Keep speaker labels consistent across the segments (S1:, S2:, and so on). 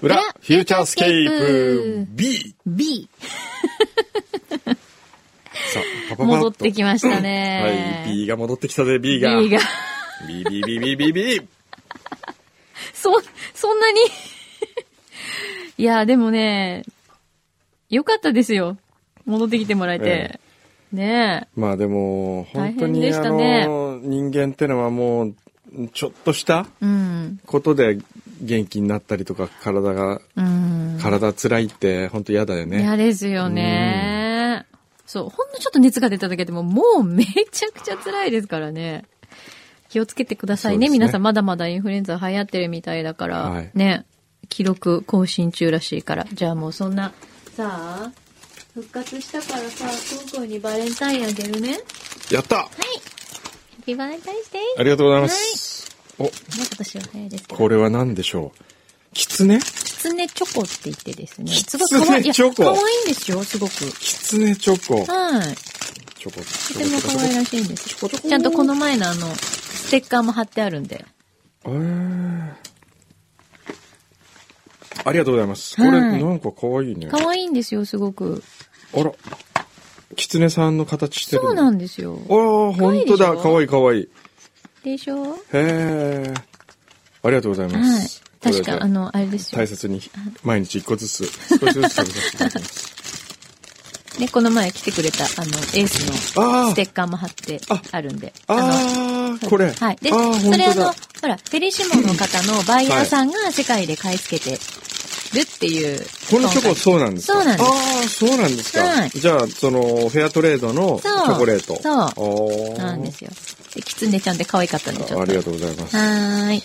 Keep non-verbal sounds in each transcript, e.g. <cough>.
S1: フューチャースケープ B!
S2: B
S1: さあ、パパパッと
S2: 戻ってきました
S1: は
S2: ね
S1: い、。B が戻ってきたぜ、B が。
S2: B が。 <laughs>
S1: B、B、B、B、B、B!
S2: そ、そんなに <laughs> いや、でもね、よかったですよ。戻ってきてもらえて。ね
S1: まあでも、本当に、
S2: 大変で
S1: あ
S2: したね
S1: の、人間ってのはもう、ちょっとした
S2: え。うん。
S1: ことで元気になったりとか、体が、
S2: うん。
S1: 体辛いって、本当嫌だよね。
S2: 嫌ですよね。そう、ほんのちょっと熱が出ただけでも、もうめちゃくちゃ辛いですからね。気をつけてください
S1: そうで
S2: ね。
S1: すね
S2: 皆さんまだまだインフルエンザ流行ってるみたいだから、
S1: はい
S2: ね。記録更新中らしいから。じゃあもうそんな、さあ、復活したからさ、今回にバレンタインあげるね。
S1: やった
S2: ハッピーバレンタインスデー
S1: ありがとうございます。お、
S2: ね、今年は早いですけど。
S1: これは何でしょう。キツネ
S2: キツネチョコって言ってですね。
S1: キツ
S2: す
S1: ネ
S2: ごい可愛い。いや
S1: チョコ
S2: 可愛いんですよ、すごく。
S1: キツネチョコ。
S2: はい。
S1: チョコ、チョ
S2: とても
S1: コ、チョコ
S2: 可愛らしいんです。ちゃんとこの前のあの、ステッカーも貼ってあるんで。
S1: えーありがとうございます。これ、
S2: はい
S1: なんか可愛いね。
S2: 可愛いんですよ、すごく。
S1: あら。狐さんの形してる。
S2: そうなんです
S1: あ
S2: よ。
S1: あ、
S2: 可愛
S1: 本
S2: いでし
S1: 当
S2: ょ
S1: だ。可愛い可愛い。へ
S2: でしょはい。
S1: え。ありがとうございます。
S2: 確
S1: これ
S2: か、
S1: で
S2: あの、あれですよ
S1: 大。切に、毎日一個ずつ、少しずつ食べさせていただきます。
S2: <laughs> ね、この前来てくれた、あの、エースのス
S1: あ
S2: テッカーも貼って
S1: あ
S2: あるんで。
S1: あ、
S2: の
S1: ああ、これ。
S2: はい。で、
S1: ああ、
S2: そ
S1: 本
S2: れあ
S1: 当
S2: の
S1: だ。、
S2: ほら、フェリシモの方のバイヤーさんが世界で買い付けてるっていう。
S1: このチョコそうなんですか
S2: そうなんで
S1: あ
S2: す
S1: あ、そうなんです
S2: は
S1: か。
S2: い
S1: じゃあ、その、フェアトレードのチ
S2: そう
S1: ョコレート。
S2: そう
S1: ああ。
S2: なんですよ。で、キツネちゃんで可愛かったんで、ち
S1: あ
S2: ょっ
S1: あ
S2: と。
S1: りが
S2: は
S1: とうございます。
S2: ーい。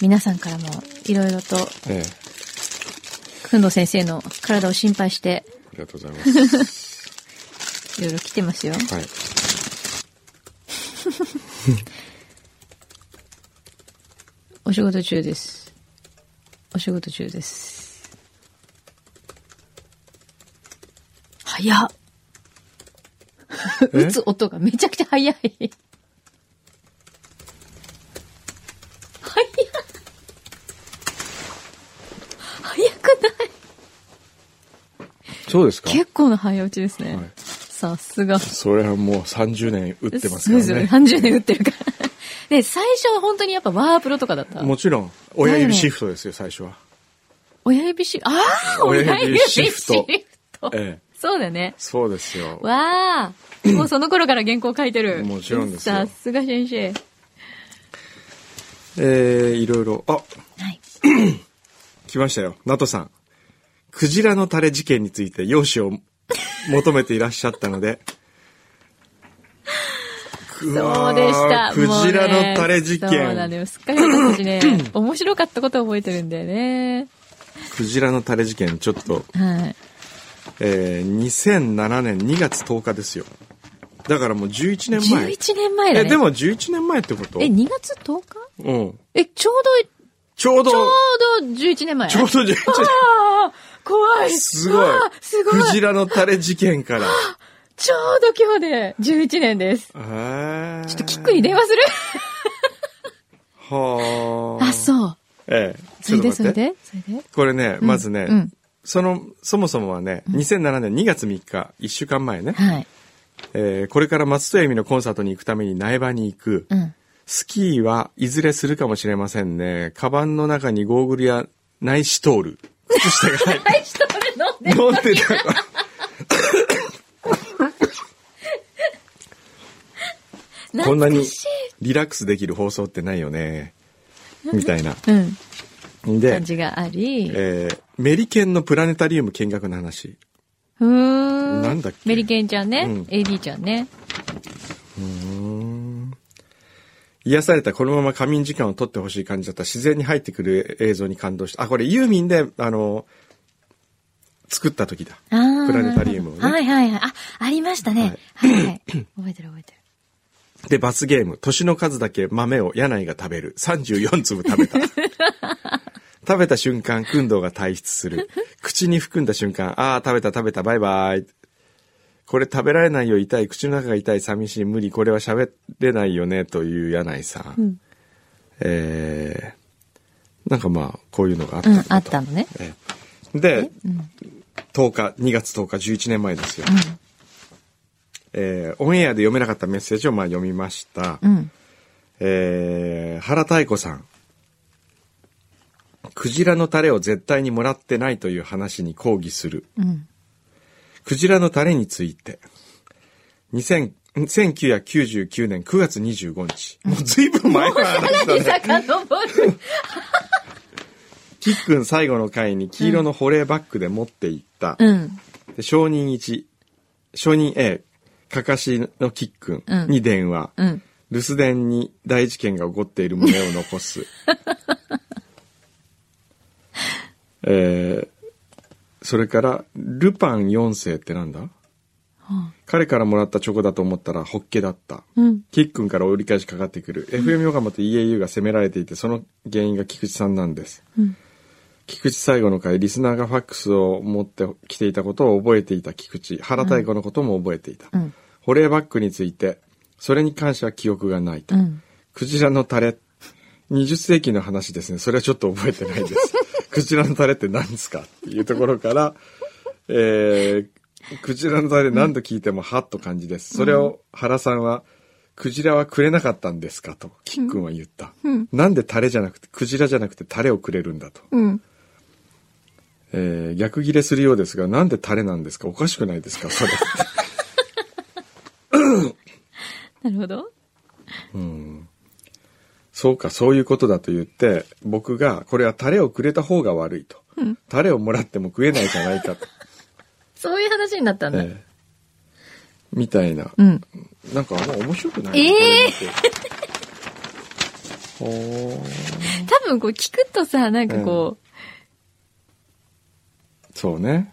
S2: 皆さんからも、いろいろと、
S1: ええ、
S2: くんど先生の体を心配して、
S1: ありがとうございます。
S2: いろいろ来てますよ。
S1: はい。
S2: お仕事中です。お仕事中です。早っ。
S1: え
S2: 打つ音がめちゃくちゃ早い。早い。早くない
S1: <laughs> そうですか
S2: 結構な早打ちですね。
S1: はい
S2: さすが。
S1: それはもう30年打ってます
S2: ごい
S1: か
S2: ですよね。
S1: ら
S2: 30年打ってるから。で、最初は本当にやっぱワープロとかだった
S1: ね。。もちろん、親指シフトですよ、最初は。
S2: 親指シフト、ああ
S1: 親
S2: <laughs> 親
S1: 指
S2: 指
S1: シ
S2: シ
S1: フ
S2: フ
S1: ト
S2: ト。
S1: ええ
S2: そうだね。
S1: そうですよ。
S2: わあ、 <clears throat> もうその頃から原稿書いてる。
S1: もちろんですよ
S2: さすが先生。
S1: えー、いろいろ、あ、
S2: はい。
S1: 来ましたよ。ナトさん。クジラのタレ事件について、容姿を求めていらっしゃったの
S2: <laughs>
S1: で。うわ
S2: そう
S1: ー
S2: でした。
S1: クジラ
S2: もうね
S1: のタレ事
S2: そうな
S1: 件。
S2: のよ。すっかり私 <clears throat> ね、面白かったことを覚えてるんだよね。
S1: クジラのタレ事件、ちょっと
S2: はい。
S1: えー2007年2月10日ですよ。だからもう11年前。
S2: 11年前だ
S1: え、
S2: ね。
S1: で、も11年前ってこと
S2: え、2月10日
S1: うん。
S2: え、ちょう
S1: ちょうど、
S2: ど、ち
S1: ち
S2: ょ
S1: ょ
S2: うど11年前。
S1: うど11年
S2: ああ、怖い。
S1: すごい
S2: わあすごい。
S1: クジラのタレ事件
S2: <laughs>
S1: から。
S2: ちょうど今日で11年です。
S1: えー、ち
S2: ちょっとキックに電話する
S1: はあ。
S2: あ、
S1: う。
S2: そう。
S1: ええ
S2: それで、
S1: ち
S2: そ
S1: ょっと待
S2: れ
S1: って。
S2: で、それで。
S1: これね、まずね、
S2: うん。
S1: その、そもそもはね、2007年2月3日、1週間前ね、
S2: はい。
S1: えーこれから松任谷由実のコンサートに行くために苗場に行く、
S2: うん。
S1: スキーはいずれするかもしれませんね。カバンの中にゴーグルやナイシトー
S2: <laughs>
S1: ル。靴下が入っ
S2: 大した俺飲んで
S1: て飲んでたから。こんなに
S2: 懐かしい
S1: リラックスできる放送ってないよね。みたいな。
S2: うん。
S1: で
S2: 感、じがあり。
S1: えーメリケンのプラネタリウム見学の話。
S2: うーん。
S1: なんだっけ
S2: メリケンちゃんね。
S1: うん
S2: AD ちゃんね。
S1: 癒されたこのまま仮眠時間を取ってほしい感じだった自然に入ってくる映像に感動した。あ、これユーミンで、あの、作った時だ。
S2: あー
S1: プラネタリウムをね
S2: はいはいはい。あ、ありましたね。は
S1: <clears throat>
S2: いはい。覚えてる覚えてる。
S1: で、罰ゲーム。年の数だけ豆を柳が食べる。34粒食 <laughs> べた。食べた瞬間、訓導が退出する。口に含んだ瞬間、ああ、食べた食べた、バイバイ。これ食べられないよ、痛い。口の中が痛い、寂しい、無理。これは喋れないよね、という柳井さん。えーなんかまあ、こういうのがあった
S2: う
S1: の
S2: ん
S1: か、と
S2: あったのね。
S1: ええで、
S2: うん。
S1: 10日、2月10日、11年前ですよ。えーオンエアで読めなかったメッセージをまあ読みました。
S2: うん。
S1: えー原太子さん。クジラのタレを絶対にもらってないという話に抗議する。
S2: うん。
S1: クジラのタレについて。2000 1999年9月25日。もう随分前の話だ
S2: <laughs>
S1: ね。
S2: 遡る。
S1: キックン最後の回に黄色の保冷バッグで持っていった。
S2: うん。
S1: で証人1、証人 A、かかしのキックンに電話。
S2: うん。
S1: 留守電に大事件が起こっている旨を残す。 <laughs> えー、それから、ルパン4世ってなんだ彼からもらったチョコだと思ったらホッケだった。
S2: うん。
S1: キックンから折り返しかかってくる。FM 横浜と EAU が責められていて、その原因が菊池さんなんです。
S2: うん
S1: 菊池最後の回、リスナーがファックスを持ってきていたことを覚えていた菊池。原太鼓のことも覚えていた。
S2: うん。
S1: 保冷バッグについて、それに関しては記憶がないと。
S2: うん。
S1: クジラのタレ。20世紀の話ですね。それはちょっと覚えてないです。
S2: <laughs>
S1: クジラのタレって何ですかっていうところから、えー、クジラのタレ何度聞いてもハッと感じです。それを原さんは、クジラはくれなかったんですかと、キックンは言った。
S2: うん
S1: なんでタレじゃなくて、クジラじゃなくてタレをくれるんだと。
S2: うん。
S1: えー逆切れするようですが、なんでタレなんですかおかしくないですかそれ。
S2: なるほど。
S1: うんそうか、そういうことだと言って、僕が、これはタレをくれた方が悪いと。
S2: うん
S1: タレをもらっても食えないじゃないかと。
S2: そういう話になったんだ。
S1: ええみたいな。
S2: うん。
S1: なんかあんま面白くない
S2: ええ
S1: これ見てほー
S2: 多分こう聞くとさ、なんかこ
S1: そうね、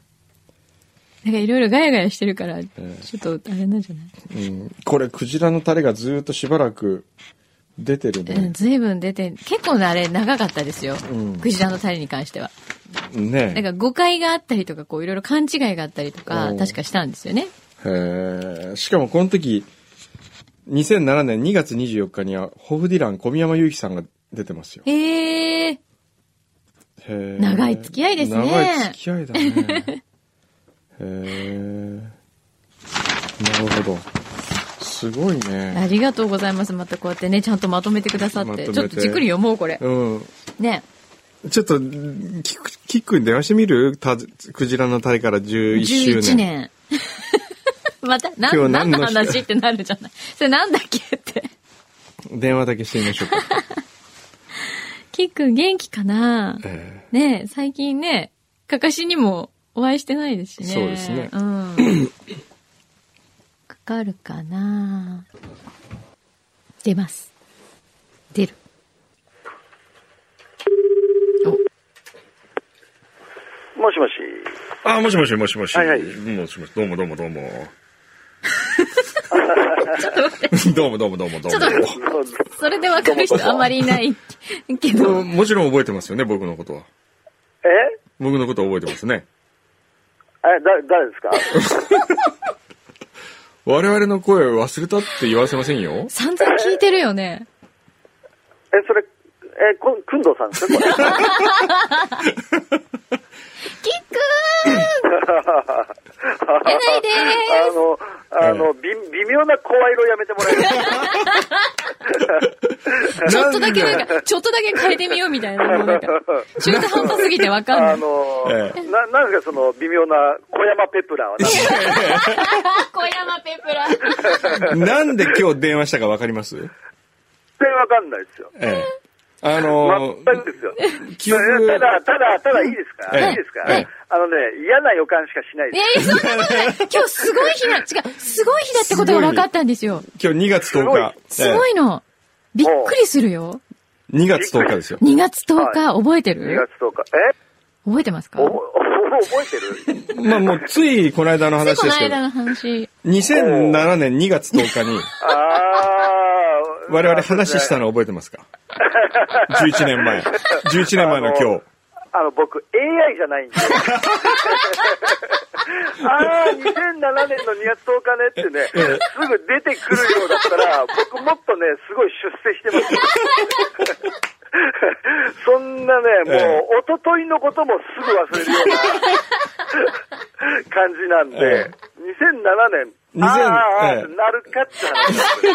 S2: う、なんかいろいろガヤガヤしてるから、ち
S1: え
S2: ょっとあれなんじゃない
S1: うん。これ、クジラのタレがずーっとしばらく出てる
S2: うん、
S1: ね。
S2: ずいぶん出て、結構ねあれ長かったですよ。
S1: うん
S2: クジラのタレに関しては。
S1: ね
S2: なんか誤解があったりとか、こういろいろ勘違いがあったりとか
S1: お、ー
S2: 確かしたんですよね。
S1: へーしかもこの時、2007年2月24日には、ホフディラン小宮山雄輝さんが出てますよ。
S2: へえ。
S1: へー
S2: 長い付き合いですね
S1: 長い付き合いだね。へえ。なるほど。すごい
S2: あ
S1: ね。
S2: りがとうございます。またこうやってね、ちゃんとまとめてくださっ
S1: まと
S2: て。
S1: めて
S2: ちょっとじっくり読もう、これ。
S1: う
S2: ね。
S1: ん。ちょっと、キックキックに電話してみるたクジラのタレから11周年。
S2: 11年。 <laughs> また、な
S1: 今日
S2: ん、何
S1: 何の
S2: の話ってなるじゃない。それなんだっけって。
S1: 電話だけしてみましょうか。
S2: <laughs> キックン元気かな
S1: え
S2: ねえ最近ね、かかしにもお会いしてないですしね。
S1: そうですね
S2: うん。かかるかな出ます。出る。
S3: もしもし。
S1: ーあ、もしもしもしもし。
S3: はいはい
S1: もしもし、どうもどうもどうも。 <laughs> どうもどうもどうもどう
S2: ちょっと待って
S1: も。
S3: どう
S2: それでわかる人あまりいないけ
S1: も
S2: ど。
S1: もちろん覚えてますよね、僕のことは。
S3: え
S1: 僕のことは覚えてますね。
S3: え、だ、誰ですか
S1: <laughs> 我々の声を忘れたって言わせませんよ。
S2: 散々聞いてるよね。
S3: え、それ、え、くん、くんどうさんですか
S1: <laughs>
S3: これ。
S2: キックーンえないでー
S3: あの、あの、び、微妙な声色やめてもらえますか
S2: <laughs> ちょっとだけなんか、ちょっとだけ変えてみようみたいな。もうなんか中途半端すぎてわかんな
S3: あ
S2: い。
S3: の、
S1: え
S3: な、なんですかその微妙な小山ペプラーは何ですか
S2: 小山ペプラ。
S1: なんで今日電話したかわかります
S3: 全然わかんないですよ。
S1: ええ。あの
S3: 全くですよ。
S1: ー、記憶、
S3: ただ、ただ、ただいいですか、
S1: ええ
S3: いいですか、
S1: ええ
S3: あのね、嫌な予感しかしない
S2: え
S3: です。
S2: ー、そんなことない。今日すごい日だ。違う、すごい日だってことが分かったんですよ。
S1: 今日2月10日、
S2: すごいの。びっくりするよ。
S1: ええ2月10日ですよ。
S2: 2月10日、覚えて
S3: 2
S2: る
S3: 月10日。え
S2: 覚えてますか
S3: おぼ、おぼ覚えてる
S1: まあもうついこの間の
S2: つい
S1: 話
S2: こ
S1: で
S2: の
S1: すけど
S2: 間、の話。
S1: 2007年2月10日に
S3: ああ
S1: 我々話したの覚えてます
S2: <laughs>
S1: か ?11 年前。11年前の今日。
S3: あの、僕、AI じゃないんで。
S1: <laughs>
S3: ああ、2007年の2月10日ねってね、す
S1: <laughs>
S3: ぐ出てくるようだったら、僕もっとね、すごい出世してます。
S1: <laughs>
S3: そんなね、もう、
S1: ええ
S3: 一昨日のこともすぐ忘れるような感じ
S1: え
S3: なんで、
S1: 2000
S3: 2007年、ああ、ああ
S1: ええ
S3: なるかって話ですね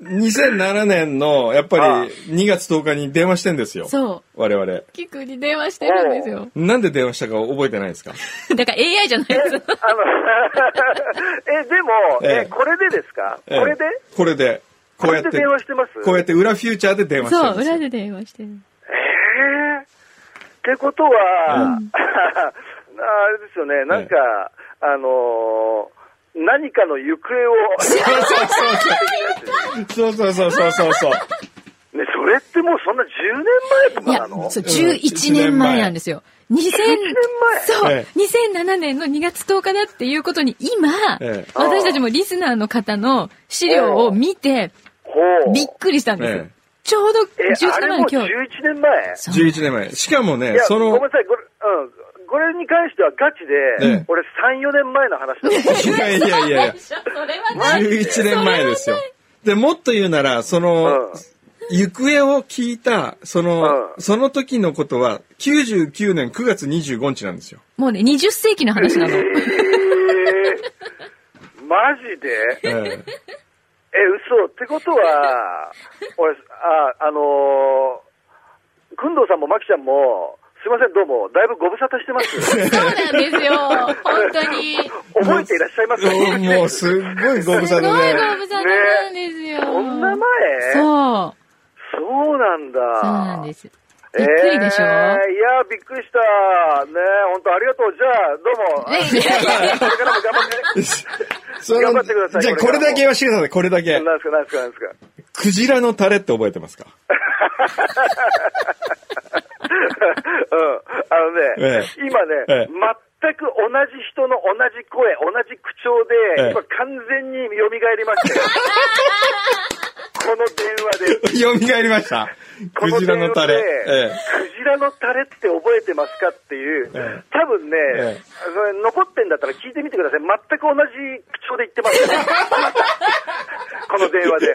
S1: 2007年の、やっぱ
S3: ああ
S1: り2月10日に電話してんですよ。
S2: そう。
S1: 我々。
S2: キクに電話してるんですよ。
S1: なんで電話したか覚えてないですか
S2: <laughs> だから AI じゃない
S3: え
S2: です。
S3: あの <laughs> え、でも、
S1: ええ
S3: え、これでですか
S1: ええ
S3: これで
S1: これで。こうやって。
S3: これで電話してます
S1: こうやって裏フューチャーで電話して
S2: そ
S1: るん
S2: う、
S1: ですよ
S2: 裏で電話してる。
S3: えーってことは、
S1: う
S3: <laughs> あれですよね、なんか、あのー何かの行方を、
S1: そうそうそうそう。そうそうそうそうそう。
S2: <laughs>
S3: ね、それってもうそんな10年前と
S2: い
S3: か
S2: や
S3: なの、
S2: そう、11年前なんですよ。2000、そう、
S1: え
S2: 2007年の2月10日だっていうことに今、
S1: ええ
S2: 私たちもリスナーの方の資料を見て、
S3: ほう。
S2: びっくりしたんですよ。
S1: ええ
S2: ちょうど
S3: え、あ
S2: 11
S3: れ
S2: 年前の
S3: もう
S2: 今日。
S3: 11年前
S2: そう
S1: 11年前。しかも
S3: い
S1: ね
S3: や、、
S1: そ
S3: ごめ
S1: の
S3: んな、さい、これ、うん、これに関してはガチ
S1: え
S3: で
S1: え、
S3: 俺3、4年前の話だ
S2: <laughs>
S3: と思う
S1: いやいやいやいや、
S2: それはない。
S1: 11年前ですよ。で、もっと言うなら、その、
S3: うん
S1: 行方を聞いた、その、
S3: う
S1: その時のことは、99年9月25日なんですよ。
S2: もうね、20世紀の話なの。
S3: えーマジで
S1: ええ
S3: え、嘘ってこ
S2: <laughs>
S3: とは、俺、あ、あのー、くんどうさんもまきちゃんも、すいません、どうも、だいぶご無沙汰し
S2: <laughs>
S3: てます。
S2: そうなんですよ。本当に。
S3: 覚えていらっしゃいますか
S1: もうもうすっごいご無
S2: す
S1: 沙
S2: ご
S1: 汰
S2: いご
S1: で。
S2: 無沙汰なんですよ。
S3: そんな前
S2: そう。
S3: そうなんだ。
S2: そうなんです。
S3: え
S2: びっくりでしょ、
S3: えーいや、びっくりした。ねえ本当ありがとう。じゃあ、どうも。
S2: え <laughs> い
S3: これからも頑張って。
S1: その
S3: 頑張ってください
S1: じゃあこ
S3: こ
S1: れ
S3: れからも
S1: だけ言わせてください、これだけ。
S3: なんですか、なんですか、なんですか。
S1: クジラのタレって覚えてますか
S3: うん。あの
S1: え
S3: ね、今ね、
S1: ええ
S3: 全く同じ人の同じ声、同じ口調で、
S1: ええ
S3: 今完全に蘇りま
S1: <laughs>
S3: したよ。この電話で。
S1: 蘇りました。
S3: こ
S1: ク
S3: の
S1: ジ
S3: 電
S1: ラ
S3: 話で
S1: のタレ。え
S3: クジラのタレって覚えてますかっていう、
S1: ええ
S3: 多分ね、
S1: ええ
S3: それ残ってんだったら聞いてみてください。全く同じ口調で言っ
S1: <laughs>
S3: てます、ね、この電話で。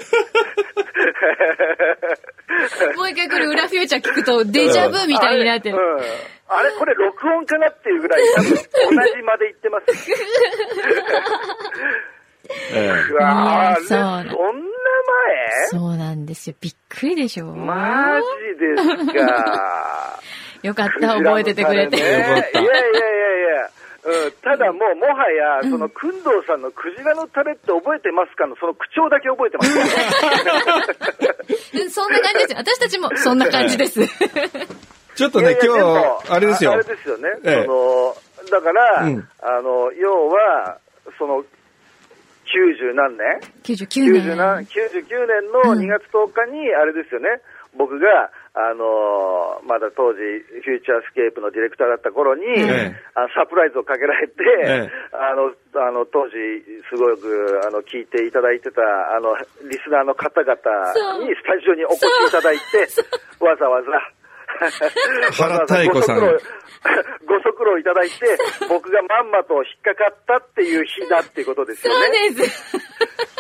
S2: もう一回これ裏フューチャー聞くとデジャブみたいになってる。
S3: あれ,、うん、あれこれ録音かなっていうぐらい、多分同じまで言ってます。
S1: えええ
S3: う
S2: い
S3: わー
S2: や
S3: あ
S2: そ
S3: れ
S2: う
S3: そんな前
S2: そうなんですよ。びっくりでしょ
S3: マジ
S2: <laughs>
S3: ですか。
S2: よかった、覚えててくれ
S3: ね、
S2: て。
S3: い
S1: よ
S3: や
S1: か
S3: いやい
S1: った
S3: やいや。うん、ただもう、もはや、その、くんどうさんのクジラのタレって覚えてますかの、その口調だけ覚えて
S2: <laughs>
S3: ます。
S2: うんそんな感じですよ。私たちもそんな感じ
S3: <laughs>
S2: です。
S1: ちょっとね、
S3: いやいや
S1: 今
S3: でも
S1: 日、あれですよ
S3: あ。れですよね。
S1: ええ
S3: その、だから、
S1: うん
S3: あの、要は、その、90何年
S2: 99
S3: 90な
S2: 年。
S3: 99年の
S2: うん
S3: 2月10日に、あれですよね、僕が、あのーまだ当時、フューチャースケープのディレクターだった頃に、
S1: ええ
S3: あのサプライズをかけられて、
S1: ええ
S3: あのあの当時、すごくあの聞いていただいてたあのリスナーの方々にスタジオにお越しいただいて、わざわざ。
S1: 原妙子さん
S3: わざわざご足労ご足労いただいて、僕がまんまと引っかかったっていう日だっていうことです
S2: そ
S3: よね。
S2: うです。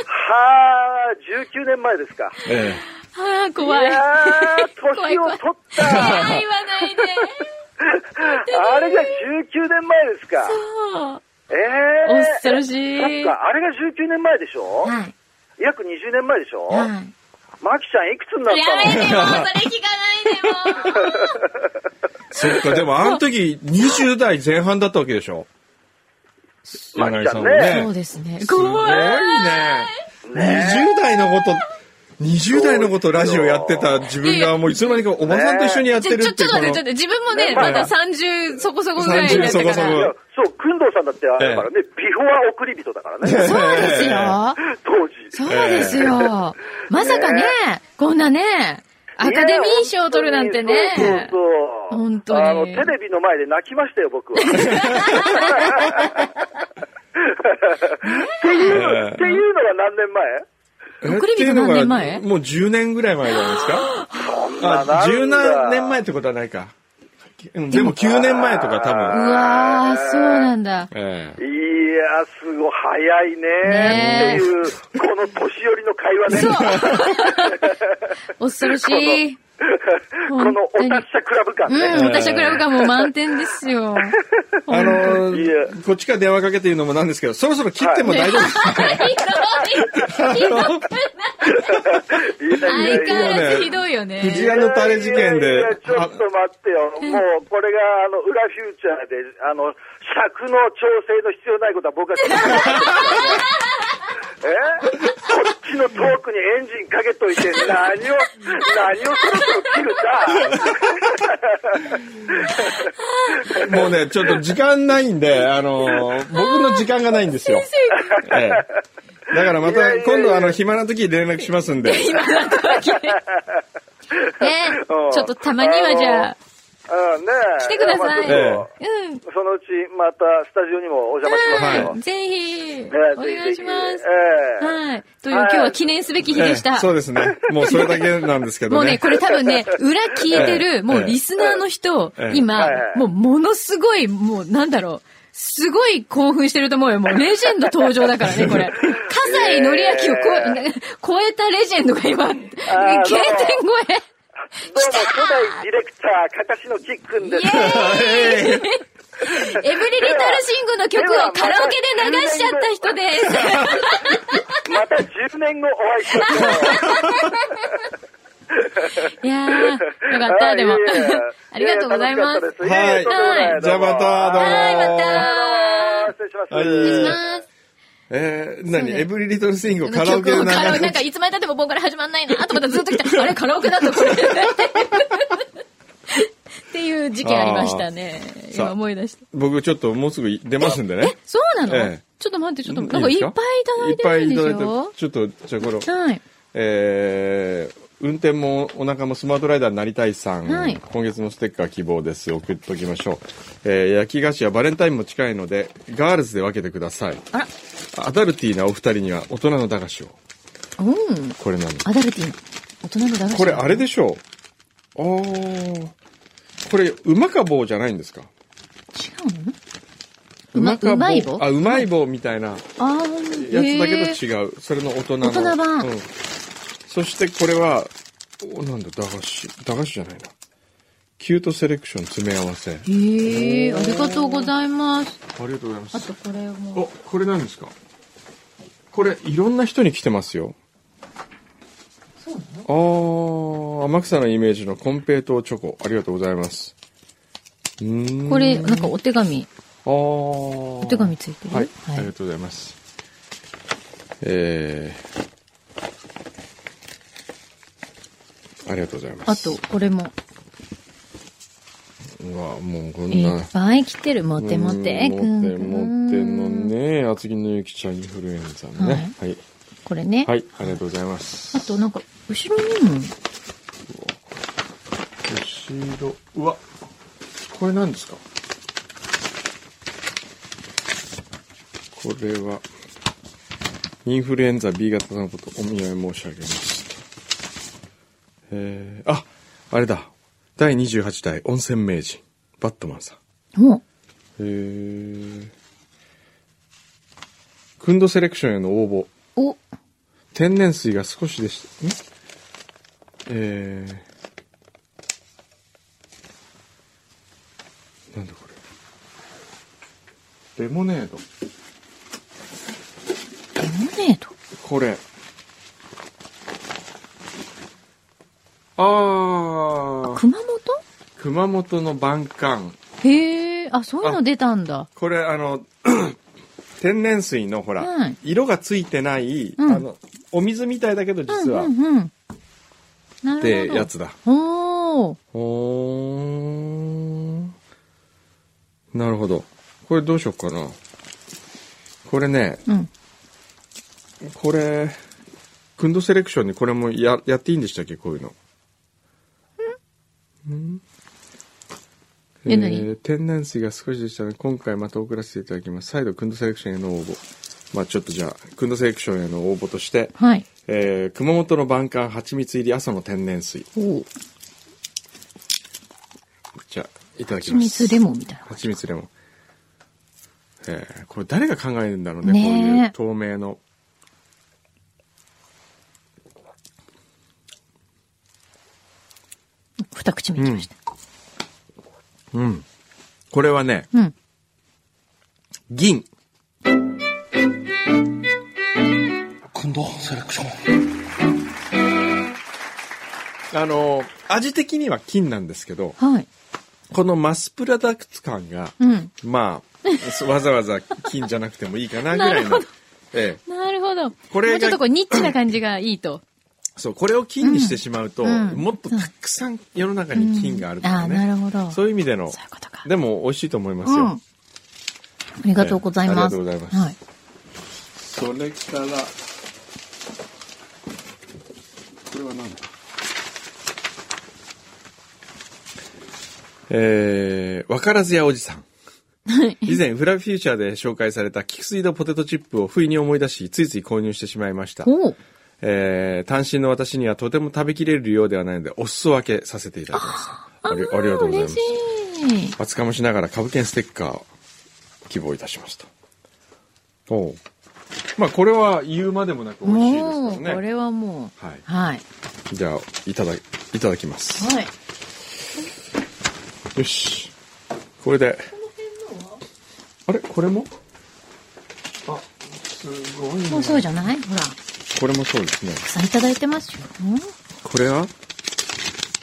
S3: はあ、19年前ですか。
S1: え
S2: ああ、怖い。
S3: や
S2: あ
S3: ー、年を取った。
S2: あ、 <laughs> 言わないで。
S3: あれが19年前ですか。
S2: そう。
S3: ええー。
S2: 恐ろしい
S3: そっか、あれが19年前でしょ
S2: はい。
S3: 約20年前でしょ
S2: はい。
S3: マキちゃんいくつになっ
S2: やめ
S3: た
S2: て
S3: の
S2: もうそれ聞かないでもう
S1: そっか、でもあの時、20代前半だったわけでしょ
S3: まあ
S1: 柳さんも
S3: じゃ
S2: そ
S3: あ
S1: ね
S2: う。ですね。
S1: すごい
S2: 怖い。
S1: ね。20代のこと、20代のことラジオやってた自分がもういつの間にかおばさんと一緒にやっ
S2: ち
S1: て
S2: ょ、
S1: る
S2: ちょ、
S1: って
S2: ちょ
S1: い
S2: っ
S1: うこの
S2: と待って、ちょっと自分もね、まだ30そこそこぐらいだった
S1: 30そこそ
S2: か
S1: こ
S2: ら
S3: い。やそう、くんどうさんだってあれだからね、ビフォア送り人だからね。
S2: そうですよ。
S3: 当時。
S2: そうですよ。まさかね、こんなね、アカデミー賞を取るなんて
S3: いや
S2: ね。
S3: 本
S2: 本
S3: 当
S2: 当
S3: にそうそう
S2: に
S3: あの、テレビの前で泣きましたよ、僕
S2: <laughs>
S3: は。っていう、っていうのが何年前
S2: 送り人何年前
S1: っていうのがもう10年ぐらい前じゃないですか
S3: んな
S1: あ、
S3: なんだ
S1: 10何年前ってことはないか。うんでも9年前とか多
S2: う
S1: 分。
S2: わー、そうなんだ。
S1: え
S3: いやー、すごい、早い
S2: ねえ
S3: ねーっていう、この年寄りの会話ね。
S2: そう恐ろしい。
S3: <laughs> このお達者クラブ感ね。
S2: うん、私はクラブ感もう満点ですよ。
S1: えあの
S3: い
S1: ー
S3: や
S1: こっちから電話かけてるのもなんですけど、そろそろ切っても大丈夫
S2: <laughs>
S1: ですか、
S2: ひどい
S3: いやいや
S2: 相
S3: い
S2: 変
S3: や
S2: わらずひどいよ
S1: 藤
S2: ね。
S1: 屋のタレ事件
S3: い
S1: で
S3: やいや、ちょっと待ってよ。もう、これが、あの、裏フューチャーで、あの、尺の調整の必要ないことは僕は
S2: <laughs>
S3: 知らない。えこっちのトークにエンジンかけといて、何を、何をそろそろ切る
S1: あもうね、ちょっと時間ないんで、あ
S2: <laughs>
S1: のー僕の時間がないんですよ。ええだからま
S3: いや
S1: た、
S3: いやいや
S1: 今度あの、暇な時に連絡しますん
S2: <laughs>
S1: で。
S2: ねちょっとたまにはじゃあ、
S3: だうん、ねえ
S2: 来てください
S3: まあちょ
S2: う
S3: っと
S2: ん。
S3: そのうち、また、スタジオにもお邪魔しますよ。
S2: うんぜひ、お
S3: ええ
S2: 願いします。
S3: ええ
S2: はい。という、今日は記念すべき日でし
S1: ええ
S2: た。
S1: そうですね。もうそれだけなんですけ
S2: も
S1: ど
S2: うね、
S1: ね。
S2: これ多分
S1: <laughs>
S2: ね、裏聞いて
S1: ええ
S2: る、もうリスナーの人
S1: え、え
S2: 今
S3: はいは、い
S2: もうものすごい、もうなんだろう、すごい興奮してると思うよ。もうレジェンド登場だからね、これ。笠井紀明を超え超えたレジェンドが <laughs> 今、K 点超え。
S3: どうも、初代ディレクター、かかしのきっくん
S2: イエ
S3: で
S2: ーイ
S3: す。
S1: ええ
S2: エブリリタルシングの曲をカラオケで流しちゃった人です。
S3: また10年後お会いしましょう。
S2: いやー、よかった、でも。
S3: いえいえ
S2: <laughs> ありがとうございます。
S3: やや楽しかったです
S1: はい
S3: いえ
S2: はい
S3: いえとんでもな
S2: い
S1: じゃあまた、どうも。
S2: はいまた
S3: 失礼します。
S1: はい
S2: 失礼します。
S1: えー、
S2: そう
S1: 何
S2: ね
S1: エブリリトルスイングをカラオケ
S2: 曲
S1: で
S2: を
S1: 流
S2: カラオケ、なん
S1: れ
S2: かいつまで経ってもボンから始まんないな。あとまたずっと来た。あれ、カ <laughs> ラオケだった、これ。っていう事件ありましたね。
S1: ーさあ
S2: 今思い出して。
S1: 僕ちょっともうすぐ出ますんでね。
S2: そうなの、
S1: ええ
S2: ちょっと待って、ちょっと、
S1: うん
S2: なんかいっぱいいただいてるんでし
S1: いっぱいいただい
S2: ょ
S1: てちょっと、じゃあこれ、
S2: はい。
S1: えー、運転もお腹もスマートライダーになりたいさん、
S2: はい
S1: 今月のステッカー希望です送っときましょう、えー、焼き菓子はバレンタインも近いのでガールズで分けてください
S2: あら、
S1: アダルティーなお二人には大人の駄菓子を
S2: うん。
S1: これなの
S2: アダルティーな大人の駄菓子。
S1: これあれでしょうあーこれうまか棒じゃないんですか
S2: 違うのうま、うまい棒
S1: あうまい棒みたいなやつ
S2: あ
S1: だ
S2: ー
S1: けど違う、それの大人の
S2: 大人版
S1: うん、そしてこれはおなんだ駄菓子駄菓子じゃないなキュートセレクション詰め合わせあ
S2: へーへーありがとうございます。
S1: りがとうございま
S2: あとこれも。
S1: おこれ何ですかこれいろんな人に来てますよあー天草のイメージのコンペイトーチョコありがとうございますうーん
S2: これ、なんかお手紙、
S1: あお
S2: お手紙ついてる。
S1: はい、ありがとうございます。えー、ありがとうございま
S2: あ
S1: す。
S2: と、これも。
S1: うわ、もうこん
S2: い
S1: な
S2: っ。ぱい来てる。モテモテ。
S1: モ
S2: く
S1: テ
S2: んくん
S1: モテのね、厚木のゆきちゃんインフルエンザのね。はい。
S2: これね。
S1: はい、ありがとうございます。
S2: あと、なんか、後ろにも。
S1: 後ろ、うわ、これ何ですかこれは、インフルエンザ B 型のことお見合い申し上げます。えー、あ、あれだ。第28代温泉名人、バットマンさん。
S2: も
S1: えー、クンドセレクションへの応募。
S2: う、お、
S1: 天然水が少しでした。んえー、なんだこれ。レモネード。
S2: レモネード。
S1: これ。あー、
S2: 熊本
S1: 熊本の晩柑。
S2: へえ、あ、そういうの出たんだ。
S1: これあの、 <coughs> 天然水のほら、
S2: はい
S1: 色がついてない、
S2: うん
S1: あの、お水みたいだけど
S2: うん
S1: 実は、
S2: う
S1: っ
S2: んうん。なるほど。
S1: てやつだ。
S2: おー。
S1: ほーんなるほど。これどうしよっかな。これね、
S2: うん。
S1: これ、くんどセレクションにこれもややっていいんでしたっけこういうの。ん
S2: え
S1: え
S2: 何
S1: ー天然水が少しでしたので、今回また送らせていただきます。再度、くんどセレクションへの応募。まあちょっとじゃあ、くんどセレクションへの応募として、
S2: はい。
S1: えー熊本の晩柑蜂蜜入り阿蘇の天然水。
S2: おー。
S1: じゃあ、いただき
S2: 蜂
S1: ます。
S2: 蜜レモンみたいな。
S1: 蜂蜜レモン。えー、これ誰が考えるんだろうね、
S2: ねえ
S1: こういう透明の。
S2: 二口目いきました。
S1: うん。これはね、
S2: うん。
S1: 銀。
S4: くんどセレクション。
S1: あのー、味的には金なんですけど、
S2: はい。
S1: このマスプラダクツ感が、
S2: うん。
S1: まあ、 <laughs> わざわざ金じゃなくてもいいかなぐらいの。ええ
S2: なるほど。
S1: これが
S2: もうちょっとこう、ニッチな感じがいいと。
S1: そう、これを金にしてしまうと、
S2: うん
S1: もっとたくさん世の中に金があると
S2: あ
S1: か
S2: あ、
S1: ね。
S2: なるほど。
S1: そ
S2: そうう
S1: いう意味での
S2: い、うことか。
S1: でも美味しいと思います
S2: う
S1: よ。
S2: ん。ありがとうございます。
S1: ええありがとうございます
S2: はい。
S4: それから、これは何だ
S1: えー、わからずやおじさん。以前、フラフューチャーで紹介された菊水のポテトチップを不意に思い出し、ついつい購入してしまいました。
S2: おう
S1: えー、単身の私にはとても食べきれるようではないので、お裾分けさせていただきました。ありありがとうございます
S2: 嬉し。い。
S1: 厚かもしながら株券ステッカーを希望いたしました。おうまあ、これは言うまでもなく美味しいで
S2: も
S1: す
S2: う、
S1: から
S2: こ
S1: ね。
S2: れはもう。
S1: はい
S2: はい。
S1: じゃあ、いただ、いただきます。
S2: はい。
S1: よし。これで。あれこれもあ、すごい
S2: もう
S1: ね。
S2: そうじゃないほら。た
S1: これもそうですね。
S2: くさんいただいてますよ。うん
S1: これは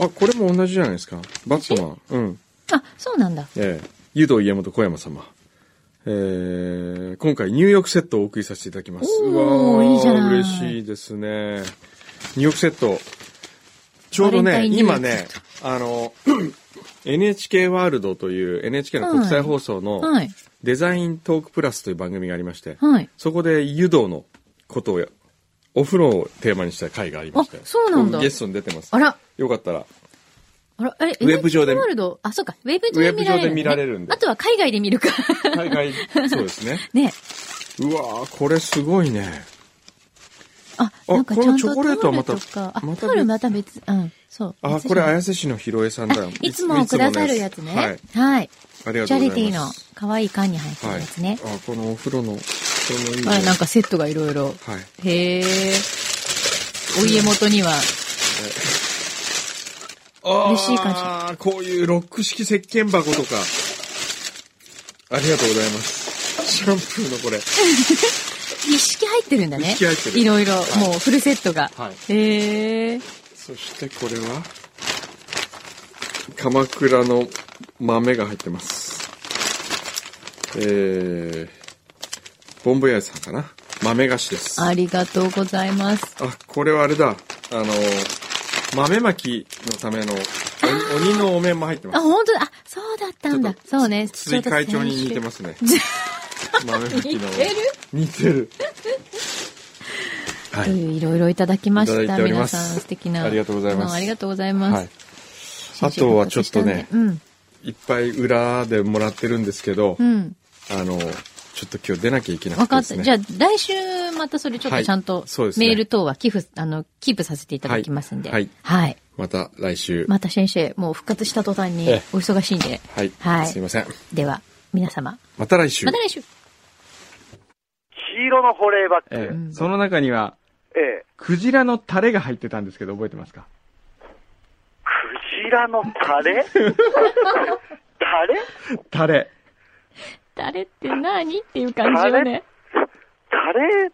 S1: あ、これも同じじゃないですか。バットマン。うん。
S2: あ、そうなんだ。
S1: ええ湯道家元小山様。えー、今回入浴セットをお送りさせていただきます。
S2: おー
S1: うわー
S2: いいじゃない
S1: 嬉しいですね。入浴セット。ちょうど
S2: バ
S1: ね、
S2: レンタイン入
S1: 今
S2: 浴
S1: ね、あの、NHK ワールドという NHK の国際放送の、
S2: はい。
S1: デザイントークプラスという番組がありまして、
S2: はい。
S1: そこで湯道のことをや、お風呂をテーマにした回がありまして、
S2: あそうなんだ
S1: ゲストに出てます
S2: あ。ら、
S1: よかったら、
S2: あら、え、
S1: ウェブ上で
S2: NHK ワールド、あ、そうか、ウェブ
S1: ウ
S2: 上
S1: ェ
S2: で
S1: ブ
S2: 見
S1: 上
S2: られる、
S1: で見られるんで
S2: あとは海外で見るか。 <laughs>
S1: 海外、 <laughs> そうですね。
S2: ね。
S1: うわーこれすごいね。
S2: あ、
S1: あ
S2: なんかちゃんと
S1: このチョコレートはまた
S2: タオルとかあ、
S1: また
S2: タオルまた別、うん、そう。
S1: あ、
S2: 別
S1: これ、
S2: じゃない
S1: 綾瀬市のひろえさんだよ
S2: あ。いつもくださるやつね。
S1: はい。
S2: はい。
S1: ありが
S2: チ
S1: とう
S2: ャ
S1: ござい
S2: リ
S1: ます。
S2: ティーの可愛い缶に入ってる
S1: はい
S2: やつね。
S1: あ、このお風呂の、このいいね
S2: あなんかセットがいろいろ。
S1: はい。
S2: へえ。お家元には。嬉しい感じ
S1: あーこういうロック式石鹸箱とか。ありがとうございます。シャンプーのこれ。
S2: 一式入ってるんだね。
S1: 一式入ってる
S2: いろいろ、
S1: い
S2: もうフルセットが。
S1: はい
S2: へえ。
S1: そしてこれは、鎌倉の豆が入ってます。えー、ボンボヤーさんかな豆菓子です。あ、
S2: ありがとうございます。
S1: これはあれだ。あの、豆まきのためのお、鬼のお面も入ってま
S2: あ、
S1: す。
S2: 本当だ。あ、そうだったんだ
S1: ちょ。っと
S2: そうね。
S1: 筒井会長に似て
S2: す。
S1: ますね。豆まきの。
S2: 似てる
S1: 似て
S2: <laughs>
S1: る。は
S2: と
S1: い。
S2: いういろいろいただきまし
S1: いただい
S2: た。
S1: ており
S2: 皆
S1: ます
S2: さん素敵な。
S1: ありがとうございます
S2: もありがとうございま
S1: は
S2: す
S1: い。。あとはちょっとね
S2: うん。
S1: いっぱい裏でもらってるんですけど
S2: う、ん。
S1: あの、ちょっと今日出なきゃいけなく
S2: 分
S1: て
S2: か
S1: で
S2: っ
S1: す
S2: た。
S1: ね。
S2: じゃあ、来週またそれちょっ
S1: は
S2: と
S1: い
S2: ちゃんと
S1: そうですね
S2: メール等は寄付、あの、キープさせていただきますんで。
S1: はいはい
S2: はい。
S1: また来週。
S2: また先生、もう復活した途端に
S1: ええ
S2: お忙しいんで。
S1: はい。
S2: はい
S1: すいません。
S2: では、皆様、
S1: また来週。
S2: また来週。
S3: 黄色の保冷バッグ。
S5: ええ
S2: うん
S5: その中には、
S3: ええ。
S5: クジラのタレが入ってたんですけど、覚えてますか
S3: クジラのタレ <laughs> タレ
S5: タレ。
S2: 誰って何っていう感じよね。
S3: タレ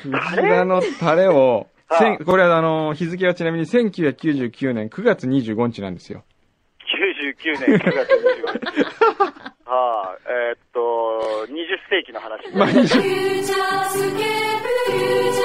S5: クジラのタレを、
S3: あ
S5: せんこれはあの、日付はちなみに1999年9月25日なんですよ。
S3: 99年9月25日。はあ、えーっと、20世紀の話、ね。
S5: まあ、
S6: 「フューチャースケープフューチャースケープル」